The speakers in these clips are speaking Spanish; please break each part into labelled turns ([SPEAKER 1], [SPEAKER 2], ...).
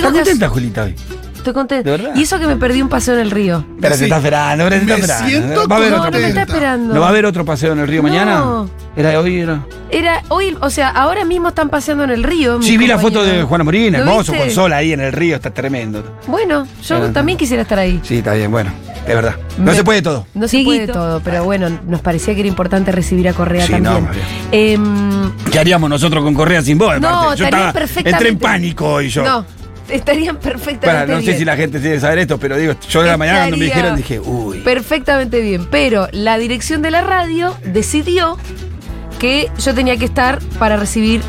[SPEAKER 1] contenta, Julita, hoy.
[SPEAKER 2] Em, Estoy contenta.
[SPEAKER 1] ¿De verdad?
[SPEAKER 2] Y eso que me perdí un paseo en el río.
[SPEAKER 1] Pero
[SPEAKER 3] Sí.
[SPEAKER 1] se está esperando, pero se
[SPEAKER 3] Me
[SPEAKER 1] está esperando.
[SPEAKER 3] siento
[SPEAKER 1] ¿Va a haber
[SPEAKER 2] No,
[SPEAKER 1] otro
[SPEAKER 2] no me está
[SPEAKER 3] contenta.
[SPEAKER 2] esperando.
[SPEAKER 1] ¿No va a haber otro paseo en el río
[SPEAKER 2] No.
[SPEAKER 1] mañana? ¿Era hoy? Era?
[SPEAKER 2] Era hoy, o sea, ahora mismo están paseando en el río. mis
[SPEAKER 1] Sí, vi la
[SPEAKER 2] compañeros.
[SPEAKER 1] foto de Juana Morín,
[SPEAKER 2] ¿Lo
[SPEAKER 1] hermoso,
[SPEAKER 2] viste?
[SPEAKER 1] con sol ahí en el río, está tremendo.
[SPEAKER 2] Bueno, yo
[SPEAKER 1] Ah.
[SPEAKER 2] también quisiera estar ahí.
[SPEAKER 1] Sí, está bien, bueno, de verdad. No
[SPEAKER 2] Me-
[SPEAKER 1] se puede todo.
[SPEAKER 2] No se puede
[SPEAKER 4] Dieguito.
[SPEAKER 2] todo, pero bueno, nos parecía que era importante recibir a Correa
[SPEAKER 1] Sí, no,
[SPEAKER 2] también.
[SPEAKER 1] María.
[SPEAKER 2] Em,
[SPEAKER 1] ¿Qué haríamos nosotros con Correa sin vos?
[SPEAKER 2] No,
[SPEAKER 1] aparte? yo
[SPEAKER 2] estaría
[SPEAKER 1] estaba,
[SPEAKER 2] perfectamente-
[SPEAKER 1] entré en pánico hoy yo.
[SPEAKER 2] no, estarían perfectamente
[SPEAKER 1] Para, no sé
[SPEAKER 2] bien.
[SPEAKER 1] si la gente tiene que saber esto, pero digo, yo de la mañana cuando me
[SPEAKER 2] Estaría
[SPEAKER 1] dijeron dije, uy.
[SPEAKER 2] Perfectamente bien, pero la dirección de la radio decidió que yo tenía que estar para recibir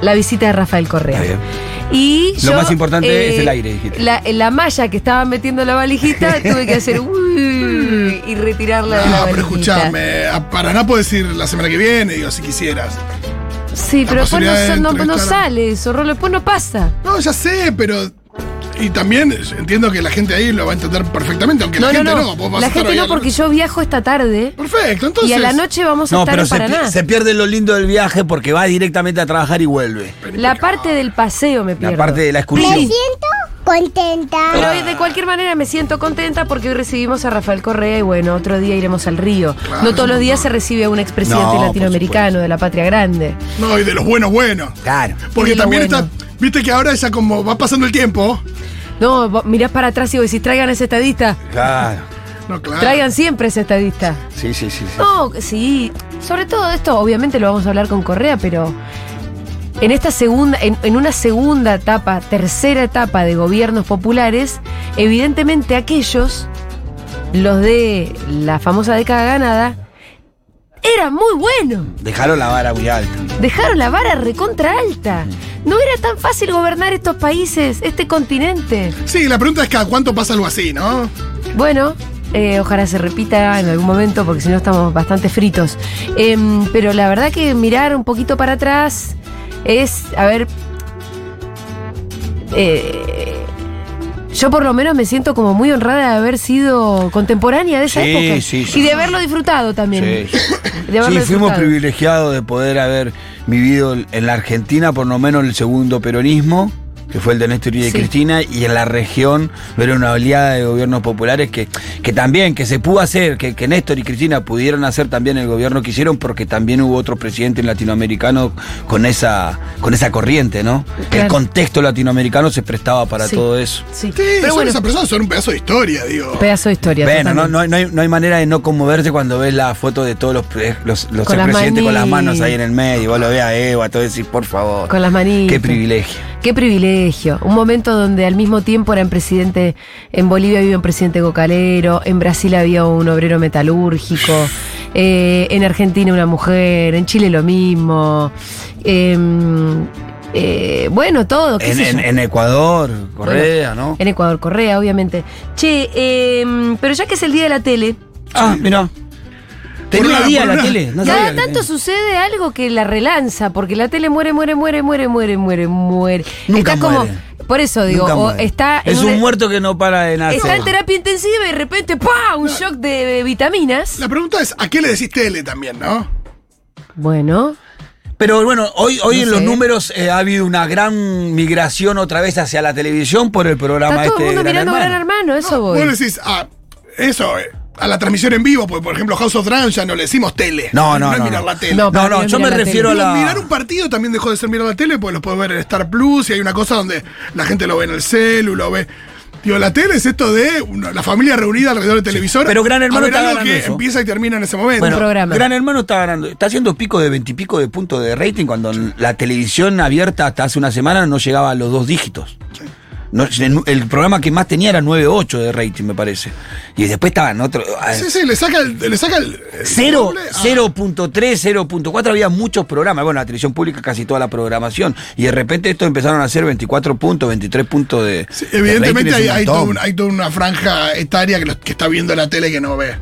[SPEAKER 2] la visita de Rafael Correa.
[SPEAKER 1] Está bien.
[SPEAKER 2] Y
[SPEAKER 1] Lo
[SPEAKER 2] yo, eh,
[SPEAKER 1] más importante es el aire, dijiste.
[SPEAKER 2] La, la malla que estaba metiendo la valijita tuve que hacer "Uy", y retirarla de la
[SPEAKER 3] No,
[SPEAKER 2] valijita.
[SPEAKER 3] Ah, pero escuchame, a Paraná puedes ir la semana que viene, digo, si quisieras.
[SPEAKER 2] Sí,
[SPEAKER 3] La
[SPEAKER 2] pero después no,
[SPEAKER 3] posibilidad de
[SPEAKER 2] sa- no- no
[SPEAKER 3] entrevistar a-
[SPEAKER 2] sale eso, Rolo, después no pasa.
[SPEAKER 3] No, ya sé, pero. Y también entiendo que la gente ahí lo va a entender perfectamente, aunque la gente no. vos vas a
[SPEAKER 2] la
[SPEAKER 3] estar
[SPEAKER 2] gente
[SPEAKER 3] ahí
[SPEAKER 2] no,
[SPEAKER 3] a la
[SPEAKER 2] porque
[SPEAKER 3] noche.
[SPEAKER 2] yo viajo esta tarde
[SPEAKER 3] Perfecto, entonces.
[SPEAKER 2] y a la noche vamos a
[SPEAKER 5] No,
[SPEAKER 2] estar
[SPEAKER 5] pero
[SPEAKER 2] en
[SPEAKER 5] se,
[SPEAKER 2] Paraná.
[SPEAKER 5] pi- se pierde lo lindo del viaje porque va directamente a trabajar y vuvuelve.
[SPEAKER 2] La parte del paseo me pierdo.
[SPEAKER 5] La parte de la
[SPEAKER 6] Me
[SPEAKER 5] excursión.
[SPEAKER 6] siento contenta.
[SPEAKER 2] Pero hoy, de cualquier manera me siento contenta porque hoy recibimos a Rafael Correa y bueno, otro día iremos al río. no todos los días se recibe a un expresidente
[SPEAKER 5] No, por
[SPEAKER 2] latinoamericano de la patria grande.
[SPEAKER 3] No, y de los buenos, buenos.
[SPEAKER 5] Claro.
[SPEAKER 3] Porque
[SPEAKER 2] Y lo
[SPEAKER 3] también
[SPEAKER 2] bueno.
[SPEAKER 3] está. Viste que ahora ya como va pasando el tiempo.
[SPEAKER 2] No, vos mirás para atrás y vos decís, traigan a ese estadista.
[SPEAKER 5] Claro.
[SPEAKER 3] No, claro.
[SPEAKER 2] Traigan siempre a ese estadista.
[SPEAKER 5] Sí, sí, sí. sí.
[SPEAKER 2] No, sí. Sobre todo esto, obviamente lo vamos a hablar con Correa, pero en esta segunda, en, en una segunda etapa, tercera etapa de gobiernos populares, evidentemente aquellos, los de la famosa década ganada, eran muy buenos.
[SPEAKER 5] Dejaron la vara muy alta.
[SPEAKER 2] Dejaron la vara recontra alta. No era tan fácil gobernar estos países, este continente.
[SPEAKER 3] Sí, la pregunta es cada cuánto pasa algo así, ¿no?
[SPEAKER 2] Bueno, eh, ojalá se repita en algún momento, porque si no estamos bastante fritos. Em, pero la verdad que mirar un poquito para atrás es, a ver, eh, yo por lo menos me siento como muy honrada de haber sido contemporánea de esa
[SPEAKER 5] Sí,
[SPEAKER 2] época
[SPEAKER 5] sí, sí.
[SPEAKER 2] y de haberlo disfrutado también.
[SPEAKER 5] Sí.
[SPEAKER 2] De haberlo
[SPEAKER 5] Sí, fuimos
[SPEAKER 2] disfrutado.
[SPEAKER 5] privilegiados de poder haber vivido en la Argentina, por lo menos el segundo peronismo, que fue el de Néstor y de
[SPEAKER 2] Sí.
[SPEAKER 5] Cristina, y en la región ver una oleada de gobiernos populares que, que también, que se pudo hacer, que, que Néstor y Cristina pudieron hacer también el gobierno que hicieron, porque también hubo otros presidentes latinoamericanos con esa, con esa corriente, ¿no?
[SPEAKER 2] Claro.
[SPEAKER 5] El contexto latinoamericano se prestaba para
[SPEAKER 2] Sí.
[SPEAKER 5] todo eso.
[SPEAKER 2] Sí,
[SPEAKER 3] Sí,
[SPEAKER 2] pero
[SPEAKER 3] son
[SPEAKER 2] bueno,
[SPEAKER 3] esas personas son un pedazo de historia, digo.
[SPEAKER 2] pedazo de historia.
[SPEAKER 5] Bueno, no,
[SPEAKER 2] totalmente.
[SPEAKER 5] no, hay- no hay, no hay manera de no conmoverse cuando ves la foto de todos los, pre- los, los
[SPEAKER 2] Con las
[SPEAKER 5] expresidentes con las
[SPEAKER 2] maní-
[SPEAKER 5] manos ahí en el medio. y Vos lo veas a Eva, todo decís, por favor.
[SPEAKER 2] Con las manitas.
[SPEAKER 5] Qué privilegio.
[SPEAKER 2] Qué privilegio. Un momento donde al mismo tiempo eran presidente. En Bolivia había un presidente cocalero, en Brasil había un obrero metalúrgico, eh, en Argentina una mujer, en Chile lo mismo. em, eh, bueno, todo. qué
[SPEAKER 5] En,
[SPEAKER 2] sé yo.
[SPEAKER 5] en- en Ecuador, Correa, ¿no?
[SPEAKER 2] En Ecuador, Correa, obviamente. Che, em, pero ya que es el día de la tele,
[SPEAKER 5] Ah, mirá.
[SPEAKER 3] Por
[SPEAKER 5] Tenía
[SPEAKER 3] una-
[SPEAKER 5] día
[SPEAKER 3] por
[SPEAKER 5] la
[SPEAKER 3] una-
[SPEAKER 5] tele. No
[SPEAKER 2] cada
[SPEAKER 5] sabía que
[SPEAKER 2] tanto
[SPEAKER 5] tenía.
[SPEAKER 2] sucede algo que la relanza, porque la tele muere, muere, muere, muere, muere, muere, muere.
[SPEAKER 5] Nunca
[SPEAKER 2] está como.
[SPEAKER 5] muere.
[SPEAKER 2] Por eso digo,
[SPEAKER 5] Nunca
[SPEAKER 2] o
[SPEAKER 5] muere.
[SPEAKER 2] está. en
[SPEAKER 5] es
[SPEAKER 2] una-
[SPEAKER 5] un muerto que no para de nacer.
[SPEAKER 2] Está en terapia intensiva y de repente, ¡pa! Un shock de, de vitaminas.
[SPEAKER 3] La pregunta es, ¿a qué le decís tele también, no?
[SPEAKER 2] Bueno,
[SPEAKER 5] Pero bueno, hoy, hoy
[SPEAKER 2] No
[SPEAKER 5] en los
[SPEAKER 2] sé.
[SPEAKER 5] números eh, ha habido una gran migración otra vez hacia la televisión por el programa
[SPEAKER 2] está todo
[SPEAKER 5] este
[SPEAKER 2] el mundo
[SPEAKER 5] de Gran
[SPEAKER 2] mirando Gran
[SPEAKER 5] Hermano.
[SPEAKER 2] Hermano, eso
[SPEAKER 3] No,
[SPEAKER 2] voy.
[SPEAKER 3] Vos le decís a eso, eh, a la transmisión en vivo, porque por ejemplo House of Dragon ya no le decimos tele.
[SPEAKER 5] No, no,
[SPEAKER 3] es
[SPEAKER 5] no,
[SPEAKER 3] mirar
[SPEAKER 5] no.
[SPEAKER 3] la tele.
[SPEAKER 2] No,
[SPEAKER 5] No,
[SPEAKER 2] para
[SPEAKER 5] no,
[SPEAKER 2] mí es
[SPEAKER 5] yo me
[SPEAKER 2] mirar la
[SPEAKER 5] refiero a
[SPEAKER 2] tele.
[SPEAKER 5] la.
[SPEAKER 3] Mirar un partido también dejó de ser mirar la tele, porque lo podés ver en Star Plus y hay una cosa donde la gente lo ve en el celu, lo ve. Digo, la tele es esto de una- la familia reunida alrededor del televisor.
[SPEAKER 5] pero Gran Hermano
[SPEAKER 3] a ver
[SPEAKER 5] está
[SPEAKER 3] algo
[SPEAKER 5] ganando
[SPEAKER 3] que
[SPEAKER 5] eso.
[SPEAKER 3] empieza y termina en ese momento.
[SPEAKER 5] Bueno,
[SPEAKER 2] programa.
[SPEAKER 5] Gran Hermano está ganando, está haciendo pico de veintipico de puntos de rating cuando la televisión abierta hasta hace una semana no llegaba a los dos dígitos. No, el, el programa que más tenía era 9.8 de rating, me parece. Y después estaban otros. a-
[SPEAKER 3] sí, sí, le saca el. Le saca el el
[SPEAKER 5] cero,
[SPEAKER 3] doble Ah. a-
[SPEAKER 5] 0.3, 0.4, había muchos programas. Bueno, la televisión pública casi toda la programación. Y de repente estos empezaron a hacer 24 puntos, 23 puntos de.
[SPEAKER 3] Sí, evidentemente
[SPEAKER 5] de rating,
[SPEAKER 3] hay,
[SPEAKER 5] es un
[SPEAKER 3] hay, toda
[SPEAKER 5] montón.
[SPEAKER 3] una, hay toda una franja etaria que, los- que está viendo la tele y que no ve.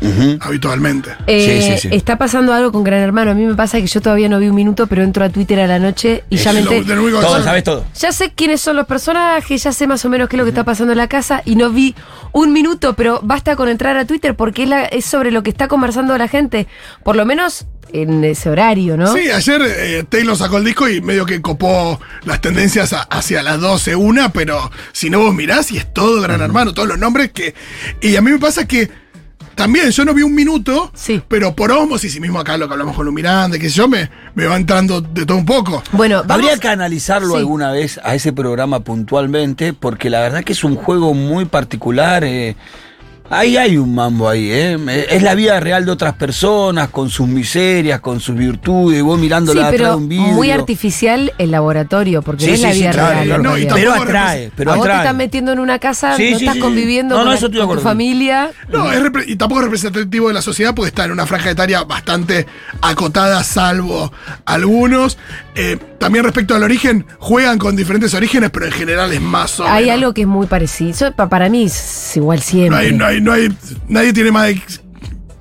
[SPEAKER 5] Ujú.
[SPEAKER 3] habitualmente.
[SPEAKER 2] Eh,
[SPEAKER 5] Sí, sí, sí.
[SPEAKER 2] Está pasando algo con Gran Hermano. A mí me pasa que yo todavía no vi un minuto, pero entro a Twitter a la noche y ya me
[SPEAKER 3] Lo-
[SPEAKER 2] enter-
[SPEAKER 3] del único que
[SPEAKER 5] Todo,
[SPEAKER 3] sabe-
[SPEAKER 5] sabes todo.
[SPEAKER 2] Ya sé quiénes son los personajes, ya sé más o menos qué es lo que está pasando en la casa y no vi un minuto, pero basta con entrar a Twitter porque es, la- es sobre lo que está conversando la gente, por lo menos en ese horario, ¿no?
[SPEAKER 3] Sí, ayer eh, Taylor sacó el disco y medio que copó las tendencias a- hacia las 12, una, pero si no vos mirás y es todo Gran Hermano, todos los nombres que... Y a mí me pasa que también yo no vi un minuto,
[SPEAKER 2] Sí.
[SPEAKER 3] pero por osmosis, y mismo acá lo que hablamos con Lu Miranda, que yo, me, me va entrando de todo un poco.
[SPEAKER 2] Bueno, vamos-
[SPEAKER 5] Habría que analizarlo
[SPEAKER 2] Sí.
[SPEAKER 5] alguna vez a ese programa puntualmente, porque la verdad que es un juego muy particular. eh. Ahí hay un mambo ahí, ¿eh? Es la vida real de otras personas, con sus miserias, con sus virtudes, vos mirándola
[SPEAKER 2] Sí,
[SPEAKER 5] atrás de
[SPEAKER 2] pero
[SPEAKER 5] un vidrio.
[SPEAKER 2] muy artificial el laboratorio, porque no es la vida
[SPEAKER 5] claro,
[SPEAKER 2] real.
[SPEAKER 5] claro.
[SPEAKER 3] No,
[SPEAKER 2] en
[SPEAKER 3] y
[SPEAKER 2] realidad.
[SPEAKER 5] pero
[SPEAKER 3] tampoco
[SPEAKER 5] atrae,
[SPEAKER 3] representa-
[SPEAKER 5] pero
[SPEAKER 2] a vos te
[SPEAKER 5] atrae.
[SPEAKER 2] estás metiendo en una casa,
[SPEAKER 5] Sí,
[SPEAKER 2] no
[SPEAKER 5] sí,
[SPEAKER 2] estás
[SPEAKER 5] sí.
[SPEAKER 2] conviviendo
[SPEAKER 5] No, no,
[SPEAKER 2] con,
[SPEAKER 5] eso estoy
[SPEAKER 2] con
[SPEAKER 5] de
[SPEAKER 2] tu
[SPEAKER 5] acuerdo.
[SPEAKER 2] familia.
[SPEAKER 3] No, es repre- y tampoco es representativo de la sociedad porque está en una franja etaria bastante acotada, salvo algunos. Eh, también respecto al origen, juegan con diferentes orígenes, pero en general es más o
[SPEAKER 2] Hay
[SPEAKER 3] menos.
[SPEAKER 2] algo que es muy parecido. Eso, pa- Para mí es igual
[SPEAKER 3] No
[SPEAKER 2] siempre.
[SPEAKER 3] hay, no hay, no hay, nadie tiene más de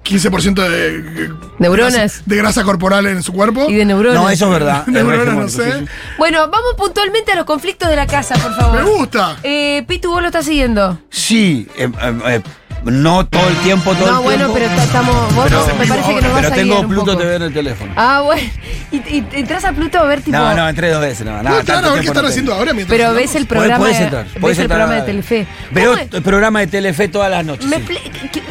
[SPEAKER 3] 15% de.
[SPEAKER 2] Neuronas.
[SPEAKER 3] De grasa, de grasa corporal en su cuerpo. Ah,
[SPEAKER 2] Y de neuronas.
[SPEAKER 5] No, eso es verdad. Ah, es verdad,
[SPEAKER 3] Neuronas, no
[SPEAKER 5] Germán, sí,
[SPEAKER 3] sé.
[SPEAKER 5] sí.
[SPEAKER 2] Bueno, vamos puntualmente a los conflictos de la casa, por favor.
[SPEAKER 3] Me gusta.
[SPEAKER 2] Eh, Pitu, vos lo estás siguiendo.
[SPEAKER 5] Sí, eh, eh, eh, no todo el tiempo, todo
[SPEAKER 2] No,
[SPEAKER 5] el
[SPEAKER 2] bueno,
[SPEAKER 5] tiempo.
[SPEAKER 2] pero ta- estamos. Vos
[SPEAKER 5] Pero-
[SPEAKER 2] me parece que nos vas
[SPEAKER 5] pero
[SPEAKER 2] a guiar
[SPEAKER 5] tengo
[SPEAKER 2] un
[SPEAKER 5] Pluto
[SPEAKER 2] poco.
[SPEAKER 5] TV en el teléfono.
[SPEAKER 2] Ah, bueno. Y, y entras a Pluto a ver tipo.
[SPEAKER 5] no, no, entré dos veces. No,
[SPEAKER 3] No, claro, a ver qué están haciendo ahora mientras.
[SPEAKER 2] Pero
[SPEAKER 3] hablamos.
[SPEAKER 2] ves el programa.
[SPEAKER 5] Puedes
[SPEAKER 2] de-
[SPEAKER 5] entrar.
[SPEAKER 2] ves
[SPEAKER 5] podés
[SPEAKER 2] el
[SPEAKER 5] entrar
[SPEAKER 2] programa
[SPEAKER 5] a
[SPEAKER 2] de
[SPEAKER 5] ver.
[SPEAKER 2] Telefe.
[SPEAKER 5] Veo
[SPEAKER 2] ¿Cómo es?
[SPEAKER 5] el programa de Telefe todas las noches.
[SPEAKER 2] Me
[SPEAKER 5] sí.
[SPEAKER 2] expli- que-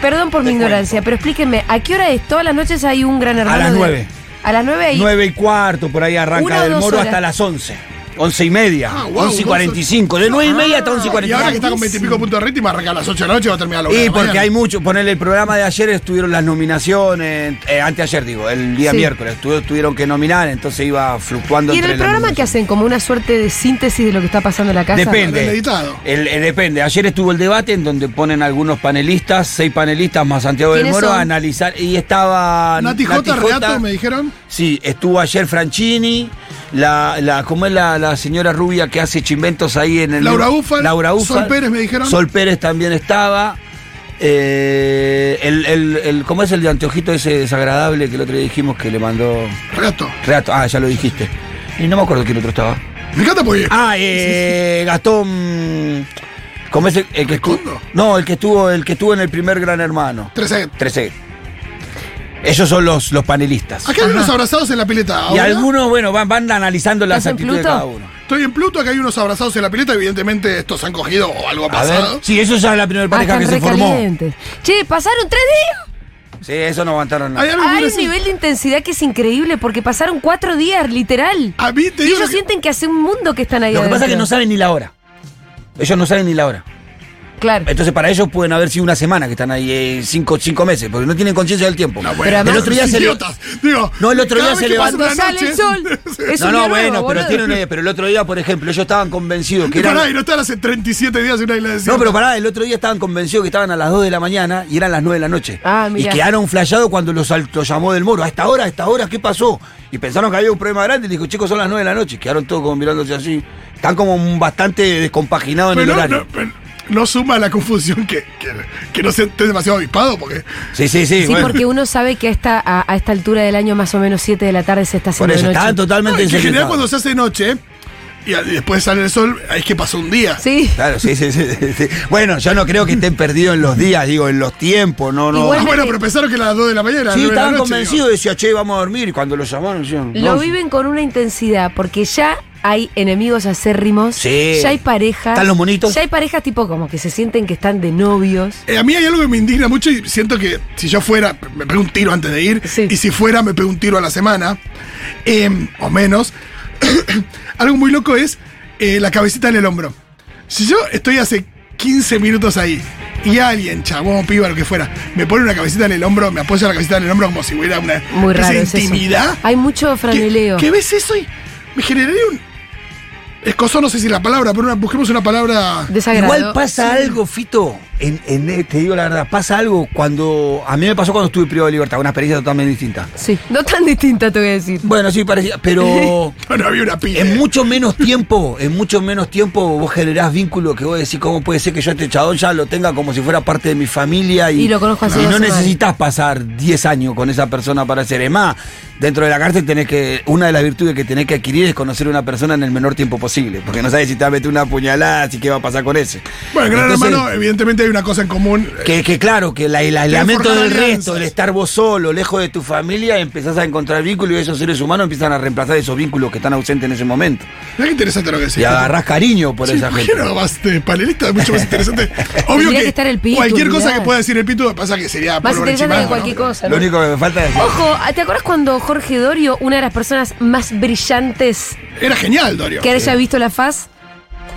[SPEAKER 2] Perdón por mi
[SPEAKER 5] Te
[SPEAKER 2] ignorancia, pero explíquenme, ¿a qué hora es? Todas las noches hay un gran hermano.
[SPEAKER 5] las
[SPEAKER 2] de-
[SPEAKER 5] nueve.
[SPEAKER 2] A las nueve hay.
[SPEAKER 5] Nueve y cuarto, por ahí
[SPEAKER 2] Una
[SPEAKER 5] arranca
[SPEAKER 2] o
[SPEAKER 5] del
[SPEAKER 2] dos
[SPEAKER 5] Moro
[SPEAKER 2] horas.
[SPEAKER 5] hasta las 11. 11 y media.
[SPEAKER 3] Ah, wow,
[SPEAKER 5] 11 y 45. De 9 y media hasta 11 y
[SPEAKER 3] Y
[SPEAKER 5] 45.
[SPEAKER 3] ahora que está con 20 y pico puntos de ritmo, arranca a las 8 de la noche y va a terminar a la una de
[SPEAKER 5] Y
[SPEAKER 3] la
[SPEAKER 5] porque
[SPEAKER 3] mañana.
[SPEAKER 5] hay mucho, ponerle el programa de ayer estuvieron las nominaciones, eh, anteayer digo, el día
[SPEAKER 2] Sí.
[SPEAKER 5] miércoles, tu- tuvieron que nominar, entonces iba fluctuando
[SPEAKER 2] ¿Y en
[SPEAKER 5] entre
[SPEAKER 2] el
[SPEAKER 5] las
[SPEAKER 2] programa qué
[SPEAKER 5] nominaciones.
[SPEAKER 2] hacen? ¿Como una suerte de síntesis de lo que está pasando en la casa?
[SPEAKER 3] Lo han
[SPEAKER 5] Depende.
[SPEAKER 3] editado.
[SPEAKER 5] El- el depende. Ayer estuvo el debate en donde ponen algunos panelistas, seis panelistas más Santiago del
[SPEAKER 2] ¿Quiénes
[SPEAKER 5] Moro
[SPEAKER 2] son?
[SPEAKER 5] a analizar. Y estaba.
[SPEAKER 3] Nati J, Reato, me dijeron.
[SPEAKER 5] Sí, estuvo ayer Franchini, la, la, ¿cómo es la, la señora rubia que hace chimentos ahí en el...
[SPEAKER 3] Laura Ufal,
[SPEAKER 5] Laura Ufal.
[SPEAKER 3] Sol Pérez, me dijeron.
[SPEAKER 5] Sol Pérez también estaba. Eh, el, el, el- ¿Cómo es el de anteojito ese desagradable que el otro día dijimos que le mandó...
[SPEAKER 3] Reato.
[SPEAKER 5] Reato, ah, ya lo dijiste. Y no me acuerdo quién otro estaba.
[SPEAKER 3] Me encanta porque.
[SPEAKER 5] Ah, eh, Gastón... ¿Cómo es el, el que estuvo?
[SPEAKER 3] ¿Facundo?
[SPEAKER 5] No, el que estuvo, el que estuvo en el primer Gran Hermano.
[SPEAKER 3] 13.
[SPEAKER 5] 13. Ellos son los, los panelistas.
[SPEAKER 3] Acá hay unos abrazados en la pileta.
[SPEAKER 5] Y
[SPEAKER 3] Ahora
[SPEAKER 5] algunos, bueno, van, van analizando las
[SPEAKER 2] ¿Estás en
[SPEAKER 5] actitudes de
[SPEAKER 2] Pluto?
[SPEAKER 5] cada uno.
[SPEAKER 3] Estoy en Pluto, acá hay unos abrazados en la pileta. Evidentemente, estos han cogido o algo ha
[SPEAKER 5] A
[SPEAKER 3] pasado.
[SPEAKER 5] ver. Sí, eso ya es la primera
[SPEAKER 2] Ah,
[SPEAKER 5] pareja
[SPEAKER 2] están
[SPEAKER 5] que se formó.
[SPEAKER 2] recalientes. Che, pasaron tres días.
[SPEAKER 5] Sí, eso no aguantaron
[SPEAKER 3] Hay
[SPEAKER 5] nada.
[SPEAKER 3] algo
[SPEAKER 2] Hay
[SPEAKER 3] muy
[SPEAKER 2] un nivel de intensidad que es increíble porque pasaron cuatro días, literal.
[SPEAKER 3] A mí te
[SPEAKER 2] Y
[SPEAKER 3] digo
[SPEAKER 2] ellos
[SPEAKER 3] que-
[SPEAKER 2] sienten que hace un mundo que están ahí.
[SPEAKER 5] Lo que pasa es que
[SPEAKER 2] adentro.
[SPEAKER 5] no saben ni la hora. Ellos no saben ni la hora.
[SPEAKER 2] Claro.
[SPEAKER 5] Entonces, para ellos pueden haber sido una semana que están ahí, eh, cinco, cinco meses, porque no tienen conciencia del tiempo.
[SPEAKER 3] No,
[SPEAKER 2] Pero
[SPEAKER 3] bueno,
[SPEAKER 2] además-
[SPEAKER 5] Ah, el otro día
[SPEAKER 3] son
[SPEAKER 5] se le-
[SPEAKER 3] idiotas. Digo,
[SPEAKER 5] No, el otro
[SPEAKER 3] cada
[SPEAKER 5] día
[SPEAKER 3] vez
[SPEAKER 5] se
[SPEAKER 3] que pasa
[SPEAKER 5] levantó.
[SPEAKER 3] una
[SPEAKER 2] Sale el
[SPEAKER 3] noche-
[SPEAKER 2] sol. Es
[SPEAKER 5] no,
[SPEAKER 2] un
[SPEAKER 5] no,
[SPEAKER 2] día nuevo,
[SPEAKER 5] bueno, pero,
[SPEAKER 2] boludo.
[SPEAKER 5] tienen, eh, pero el otro día, por ejemplo, ellos estaban convencidos que
[SPEAKER 3] Y
[SPEAKER 5] eran.
[SPEAKER 3] pará, y no están hace 37 días en una isla desierta.
[SPEAKER 5] No, pero pará, el otro día estaban convencidos que estaban a las 2 de la mañana y eran las 9 de la noche.
[SPEAKER 2] Ah,
[SPEAKER 5] y
[SPEAKER 2] mirá.
[SPEAKER 5] quedaron flashados cuando los, al- los llamó del moro. A esta hora, a esta hora, ¿qué pasó? Y pensaron que había un problema grande y dijo, chicos, son las 9 de la noche. Y quedaron todos como mirándose así. Están como un- bastante descompaginados en
[SPEAKER 3] Pero
[SPEAKER 5] el
[SPEAKER 3] no,
[SPEAKER 5] horario.
[SPEAKER 3] no, pero no suma la confusión que, que, que no se esté demasiado avispado porque.
[SPEAKER 5] Sí, sí, sí.
[SPEAKER 2] Sí,
[SPEAKER 5] bueno.
[SPEAKER 2] porque uno sabe que a esta, a, a esta altura del año, más o menos 7 de la tarde, se está
[SPEAKER 5] Por
[SPEAKER 2] haciendo
[SPEAKER 5] eso,
[SPEAKER 2] de noche.
[SPEAKER 5] estaban
[SPEAKER 3] No,
[SPEAKER 5] totalmente
[SPEAKER 3] en general,
[SPEAKER 5] enseguecidos.
[SPEAKER 3] cuando se hace noche y al- y después sale el sol, ahí es que pasó un día.
[SPEAKER 2] Sí.
[SPEAKER 5] Claro, sí, sí, sí, sí, sí. Bueno, yo no creo que estén perdidos en los días, digo, en los tiempos, no, no.
[SPEAKER 3] Ah,
[SPEAKER 2] Igual-
[SPEAKER 3] bueno, pero pensaron que a las 2 de la mañana.
[SPEAKER 5] sí,
[SPEAKER 3] nueve de la
[SPEAKER 5] estaban
[SPEAKER 3] noche,
[SPEAKER 5] convencidos, decía, che, vamos a dormir. Y cuando los llamaron, decían,
[SPEAKER 2] Lo
[SPEAKER 5] no,
[SPEAKER 2] viven con una intensidad, porque ya hay enemigos acérrimos,
[SPEAKER 5] Sí.
[SPEAKER 2] ya hay parejas.
[SPEAKER 5] Están los monitos.
[SPEAKER 2] Ya hay parejas tipo como que se sienten que están de novios.
[SPEAKER 3] Eh, a mí hay algo que me indigna mucho y siento que si yo fuera, me pego un tiro antes de ir,
[SPEAKER 2] Sí.
[SPEAKER 3] y si fuera, me pego un tiro a la semana, em, o menos. algo muy loco es eh, la cabecita en el hombro. Si yo estoy hace 15 minutos ahí y alguien, chabón, piba, lo que fuera, me pone una cabecita en el hombro, me apoya la cabecita en el hombro como si hubiera una
[SPEAKER 2] Muy
[SPEAKER 3] especie
[SPEAKER 2] raro
[SPEAKER 3] de
[SPEAKER 2] es eso.
[SPEAKER 3] intimidad.
[SPEAKER 2] Hay mucho
[SPEAKER 3] ¿Qué,
[SPEAKER 2] franeleo.
[SPEAKER 3] qué ves eso? Y me generaría un. Escozo, no sé si la palabra, pero una- busquemos una palabra.
[SPEAKER 2] Desagrado.
[SPEAKER 5] Igual pasa algo, Fito, en, en- eh, te digo la verdad, pasa algo cuando. A mí me pasó cuando estuve privado de libertad, una experiencia totalmente distinta.
[SPEAKER 2] Sí, no tan distinta te voy a decir.
[SPEAKER 5] Bueno, sí, parecía, pero.
[SPEAKER 3] No, no Oh, había una pila.
[SPEAKER 5] En mucho menos tiempo, en mucho menos tiempo vos generás vínculo que vos decís, ¿cómo puede ser que yo a este chabón ya lo tenga como si fuera parte de mi familia? Y,
[SPEAKER 2] Y lo conozco hace
[SPEAKER 5] y
[SPEAKER 2] dos
[SPEAKER 5] no
[SPEAKER 2] semanas.
[SPEAKER 5] necesitas pasar 10 años con esa persona para ser. Es más, dentro de la cárcel tenés que, una de las virtudes que tenés que adquirir es conocer a una persona en el menor tiempo posible, porque no sabes si te va a meter una puñalada, así que va a pasar con ese.
[SPEAKER 3] Bueno, Gran
[SPEAKER 5] Entonces,
[SPEAKER 3] Hermano, evidentemente hay una cosa en común.
[SPEAKER 5] que, que claro, que la- el aislamiento
[SPEAKER 3] forjar
[SPEAKER 5] del
[SPEAKER 3] alianzas.
[SPEAKER 5] resto, el estar vos solo, lejos de tu familia, empezás a encontrar vínculos y esos seres humanos empiezan a reemplazar esos vínculos que están ausentes en ese momento.
[SPEAKER 3] Es interesante lo que decís.
[SPEAKER 5] Y agarrás cariño por
[SPEAKER 3] Sí,
[SPEAKER 5] esa
[SPEAKER 3] ¿por qué
[SPEAKER 5] gente.
[SPEAKER 3] no vas de panelista? Es mucho más interesante. Obvio
[SPEAKER 2] Tendría
[SPEAKER 3] que,
[SPEAKER 2] que estar el Pitu,
[SPEAKER 3] cualquier cosa
[SPEAKER 2] olvidá.
[SPEAKER 3] que pueda decir el Pitu pasa que sería
[SPEAKER 2] Más
[SPEAKER 3] pólvora
[SPEAKER 2] interesante que
[SPEAKER 3] chimada,
[SPEAKER 2] cualquier
[SPEAKER 3] ¿no?
[SPEAKER 2] cosa. ¿no?
[SPEAKER 5] Lo único que me falta es...
[SPEAKER 2] Ojo, ¿te acuerdas cuando Jorge Dorio, una de las personas más brillantes
[SPEAKER 3] Era genial, Dorio.
[SPEAKER 2] que haya visto la faz,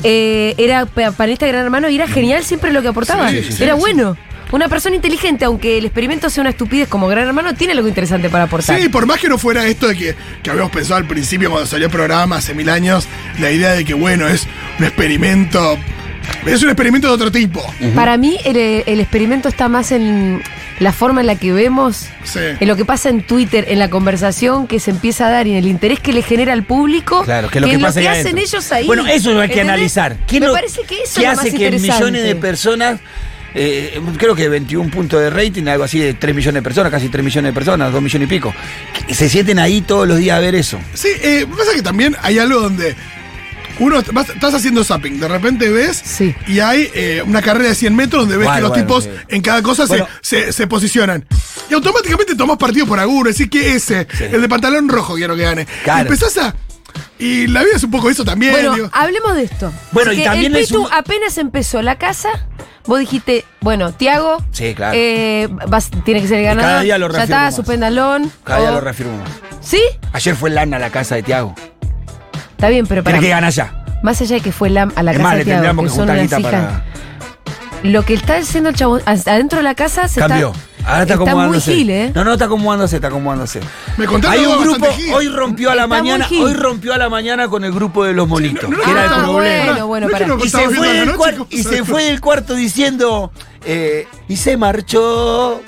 [SPEAKER 2] eh, era pa- panelista de Gran Hermano y era genial siempre lo que aportaba?
[SPEAKER 3] Sí, sí, sí,
[SPEAKER 2] era
[SPEAKER 3] sí.
[SPEAKER 2] bueno. Una persona inteligente, aunque el experimento sea una estupidez como Gran Hermano, tiene algo interesante para aportar.
[SPEAKER 3] Sí, por más que no fuera esto de que, que habíamos pensado al principio cuando salió el programa hace mil años, la idea de que, bueno, es un experimento. Es un experimento de otro tipo.
[SPEAKER 2] Para mí el, el experimento está más en la forma en la que vemos,
[SPEAKER 3] Sí.
[SPEAKER 2] en lo que pasa en Twitter, en la conversación que se empieza a dar y en el interés que le genera al público,
[SPEAKER 5] Claro, que es lo
[SPEAKER 2] en
[SPEAKER 5] que pasa ahí
[SPEAKER 2] hacen
[SPEAKER 5] adentro.
[SPEAKER 2] ellos ahí.
[SPEAKER 5] Bueno, eso hay que
[SPEAKER 2] ¿Entendés?
[SPEAKER 5] analizar. ¿Qué
[SPEAKER 2] Me
[SPEAKER 5] lo-
[SPEAKER 2] parece que eso
[SPEAKER 5] qué
[SPEAKER 2] es lo
[SPEAKER 5] hace
[SPEAKER 2] más
[SPEAKER 5] que
[SPEAKER 2] interesante.
[SPEAKER 5] millones de personas, eh, creo que 21 puntos de rating, algo así de 3 millones de personas, casi 3 millones de personas, 2 millones y pico, que se sienten ahí todos los días a ver eso?
[SPEAKER 3] Sí, eh, pasa que también hay algo donde uno est- vas- estás haciendo zapping, de repente ves
[SPEAKER 2] Sí.
[SPEAKER 3] y hay eh, una carrera de 100 metros donde ves
[SPEAKER 5] Bueno,
[SPEAKER 3] que los
[SPEAKER 5] bueno,
[SPEAKER 3] tipos
[SPEAKER 5] sí.
[SPEAKER 3] en cada cosa se-
[SPEAKER 5] Bueno.
[SPEAKER 3] se, se posicionan. Y automáticamente tomás partido por alguno, decís que ese, el de pantalón rojo quiero que gane.
[SPEAKER 5] Claro.
[SPEAKER 3] Y empezás a... Y la vida es un poco eso también.
[SPEAKER 2] Bueno,
[SPEAKER 5] ah,
[SPEAKER 3] digo.
[SPEAKER 2] hablemos de esto.
[SPEAKER 5] Bueno, y
[SPEAKER 2] Porque
[SPEAKER 5] también
[SPEAKER 2] el
[SPEAKER 5] es
[SPEAKER 2] Pitu
[SPEAKER 5] un-
[SPEAKER 2] apenas empezó la casa, vos dijiste, bueno, Tiago,
[SPEAKER 5] Sí, claro.
[SPEAKER 2] eh, vas- tiene que ser el
[SPEAKER 5] cada
[SPEAKER 2] ganador.
[SPEAKER 5] día lo
[SPEAKER 2] ya
[SPEAKER 5] reafirmo
[SPEAKER 2] está,
[SPEAKER 5] más.
[SPEAKER 2] suspendalón.
[SPEAKER 5] Cada día
[SPEAKER 2] o-
[SPEAKER 5] lo reafirmo.
[SPEAKER 2] ¿Sí?
[SPEAKER 5] Ayer fue Lana a la casa de Tiago.
[SPEAKER 2] Está bien, pero para
[SPEAKER 5] Tenés que ganar ya.
[SPEAKER 2] Más allá de que fue Lam a la
[SPEAKER 5] Es
[SPEAKER 2] casa
[SPEAKER 5] más,
[SPEAKER 2] de
[SPEAKER 5] le
[SPEAKER 2] Tiago,
[SPEAKER 5] tendríamos
[SPEAKER 2] que
[SPEAKER 5] que
[SPEAKER 2] son
[SPEAKER 5] juntar
[SPEAKER 2] unas
[SPEAKER 5] guita
[SPEAKER 2] hijas.
[SPEAKER 5] para...
[SPEAKER 2] Lo que está haciendo el chabón as- adentro de la casa se
[SPEAKER 5] Cambió.
[SPEAKER 2] está.
[SPEAKER 5] Ahora está,
[SPEAKER 2] muy
[SPEAKER 5] acomodándose.
[SPEAKER 2] gil, ¿eh?
[SPEAKER 5] No, no, está acomodándose, está acomodándose.
[SPEAKER 3] Me contaron
[SPEAKER 5] Hay
[SPEAKER 3] algo
[SPEAKER 5] un grupo,
[SPEAKER 3] bastante gil.
[SPEAKER 5] hoy rompió a la
[SPEAKER 2] Está muy
[SPEAKER 5] mañana,
[SPEAKER 2] gil.
[SPEAKER 5] hoy rompió a la mañana con el grupo de los molitos.
[SPEAKER 3] no, no,
[SPEAKER 5] que era el
[SPEAKER 2] ah,
[SPEAKER 5] problema.
[SPEAKER 2] bueno, bueno,
[SPEAKER 3] No es que
[SPEAKER 2] para.
[SPEAKER 3] no
[SPEAKER 5] Y se,
[SPEAKER 3] estaba
[SPEAKER 5] fue
[SPEAKER 3] viendo
[SPEAKER 5] del
[SPEAKER 3] la noche,
[SPEAKER 5] cuar- y
[SPEAKER 3] ¿sabes?
[SPEAKER 5] se fue del cuarto diciendo, eh, y se marchó,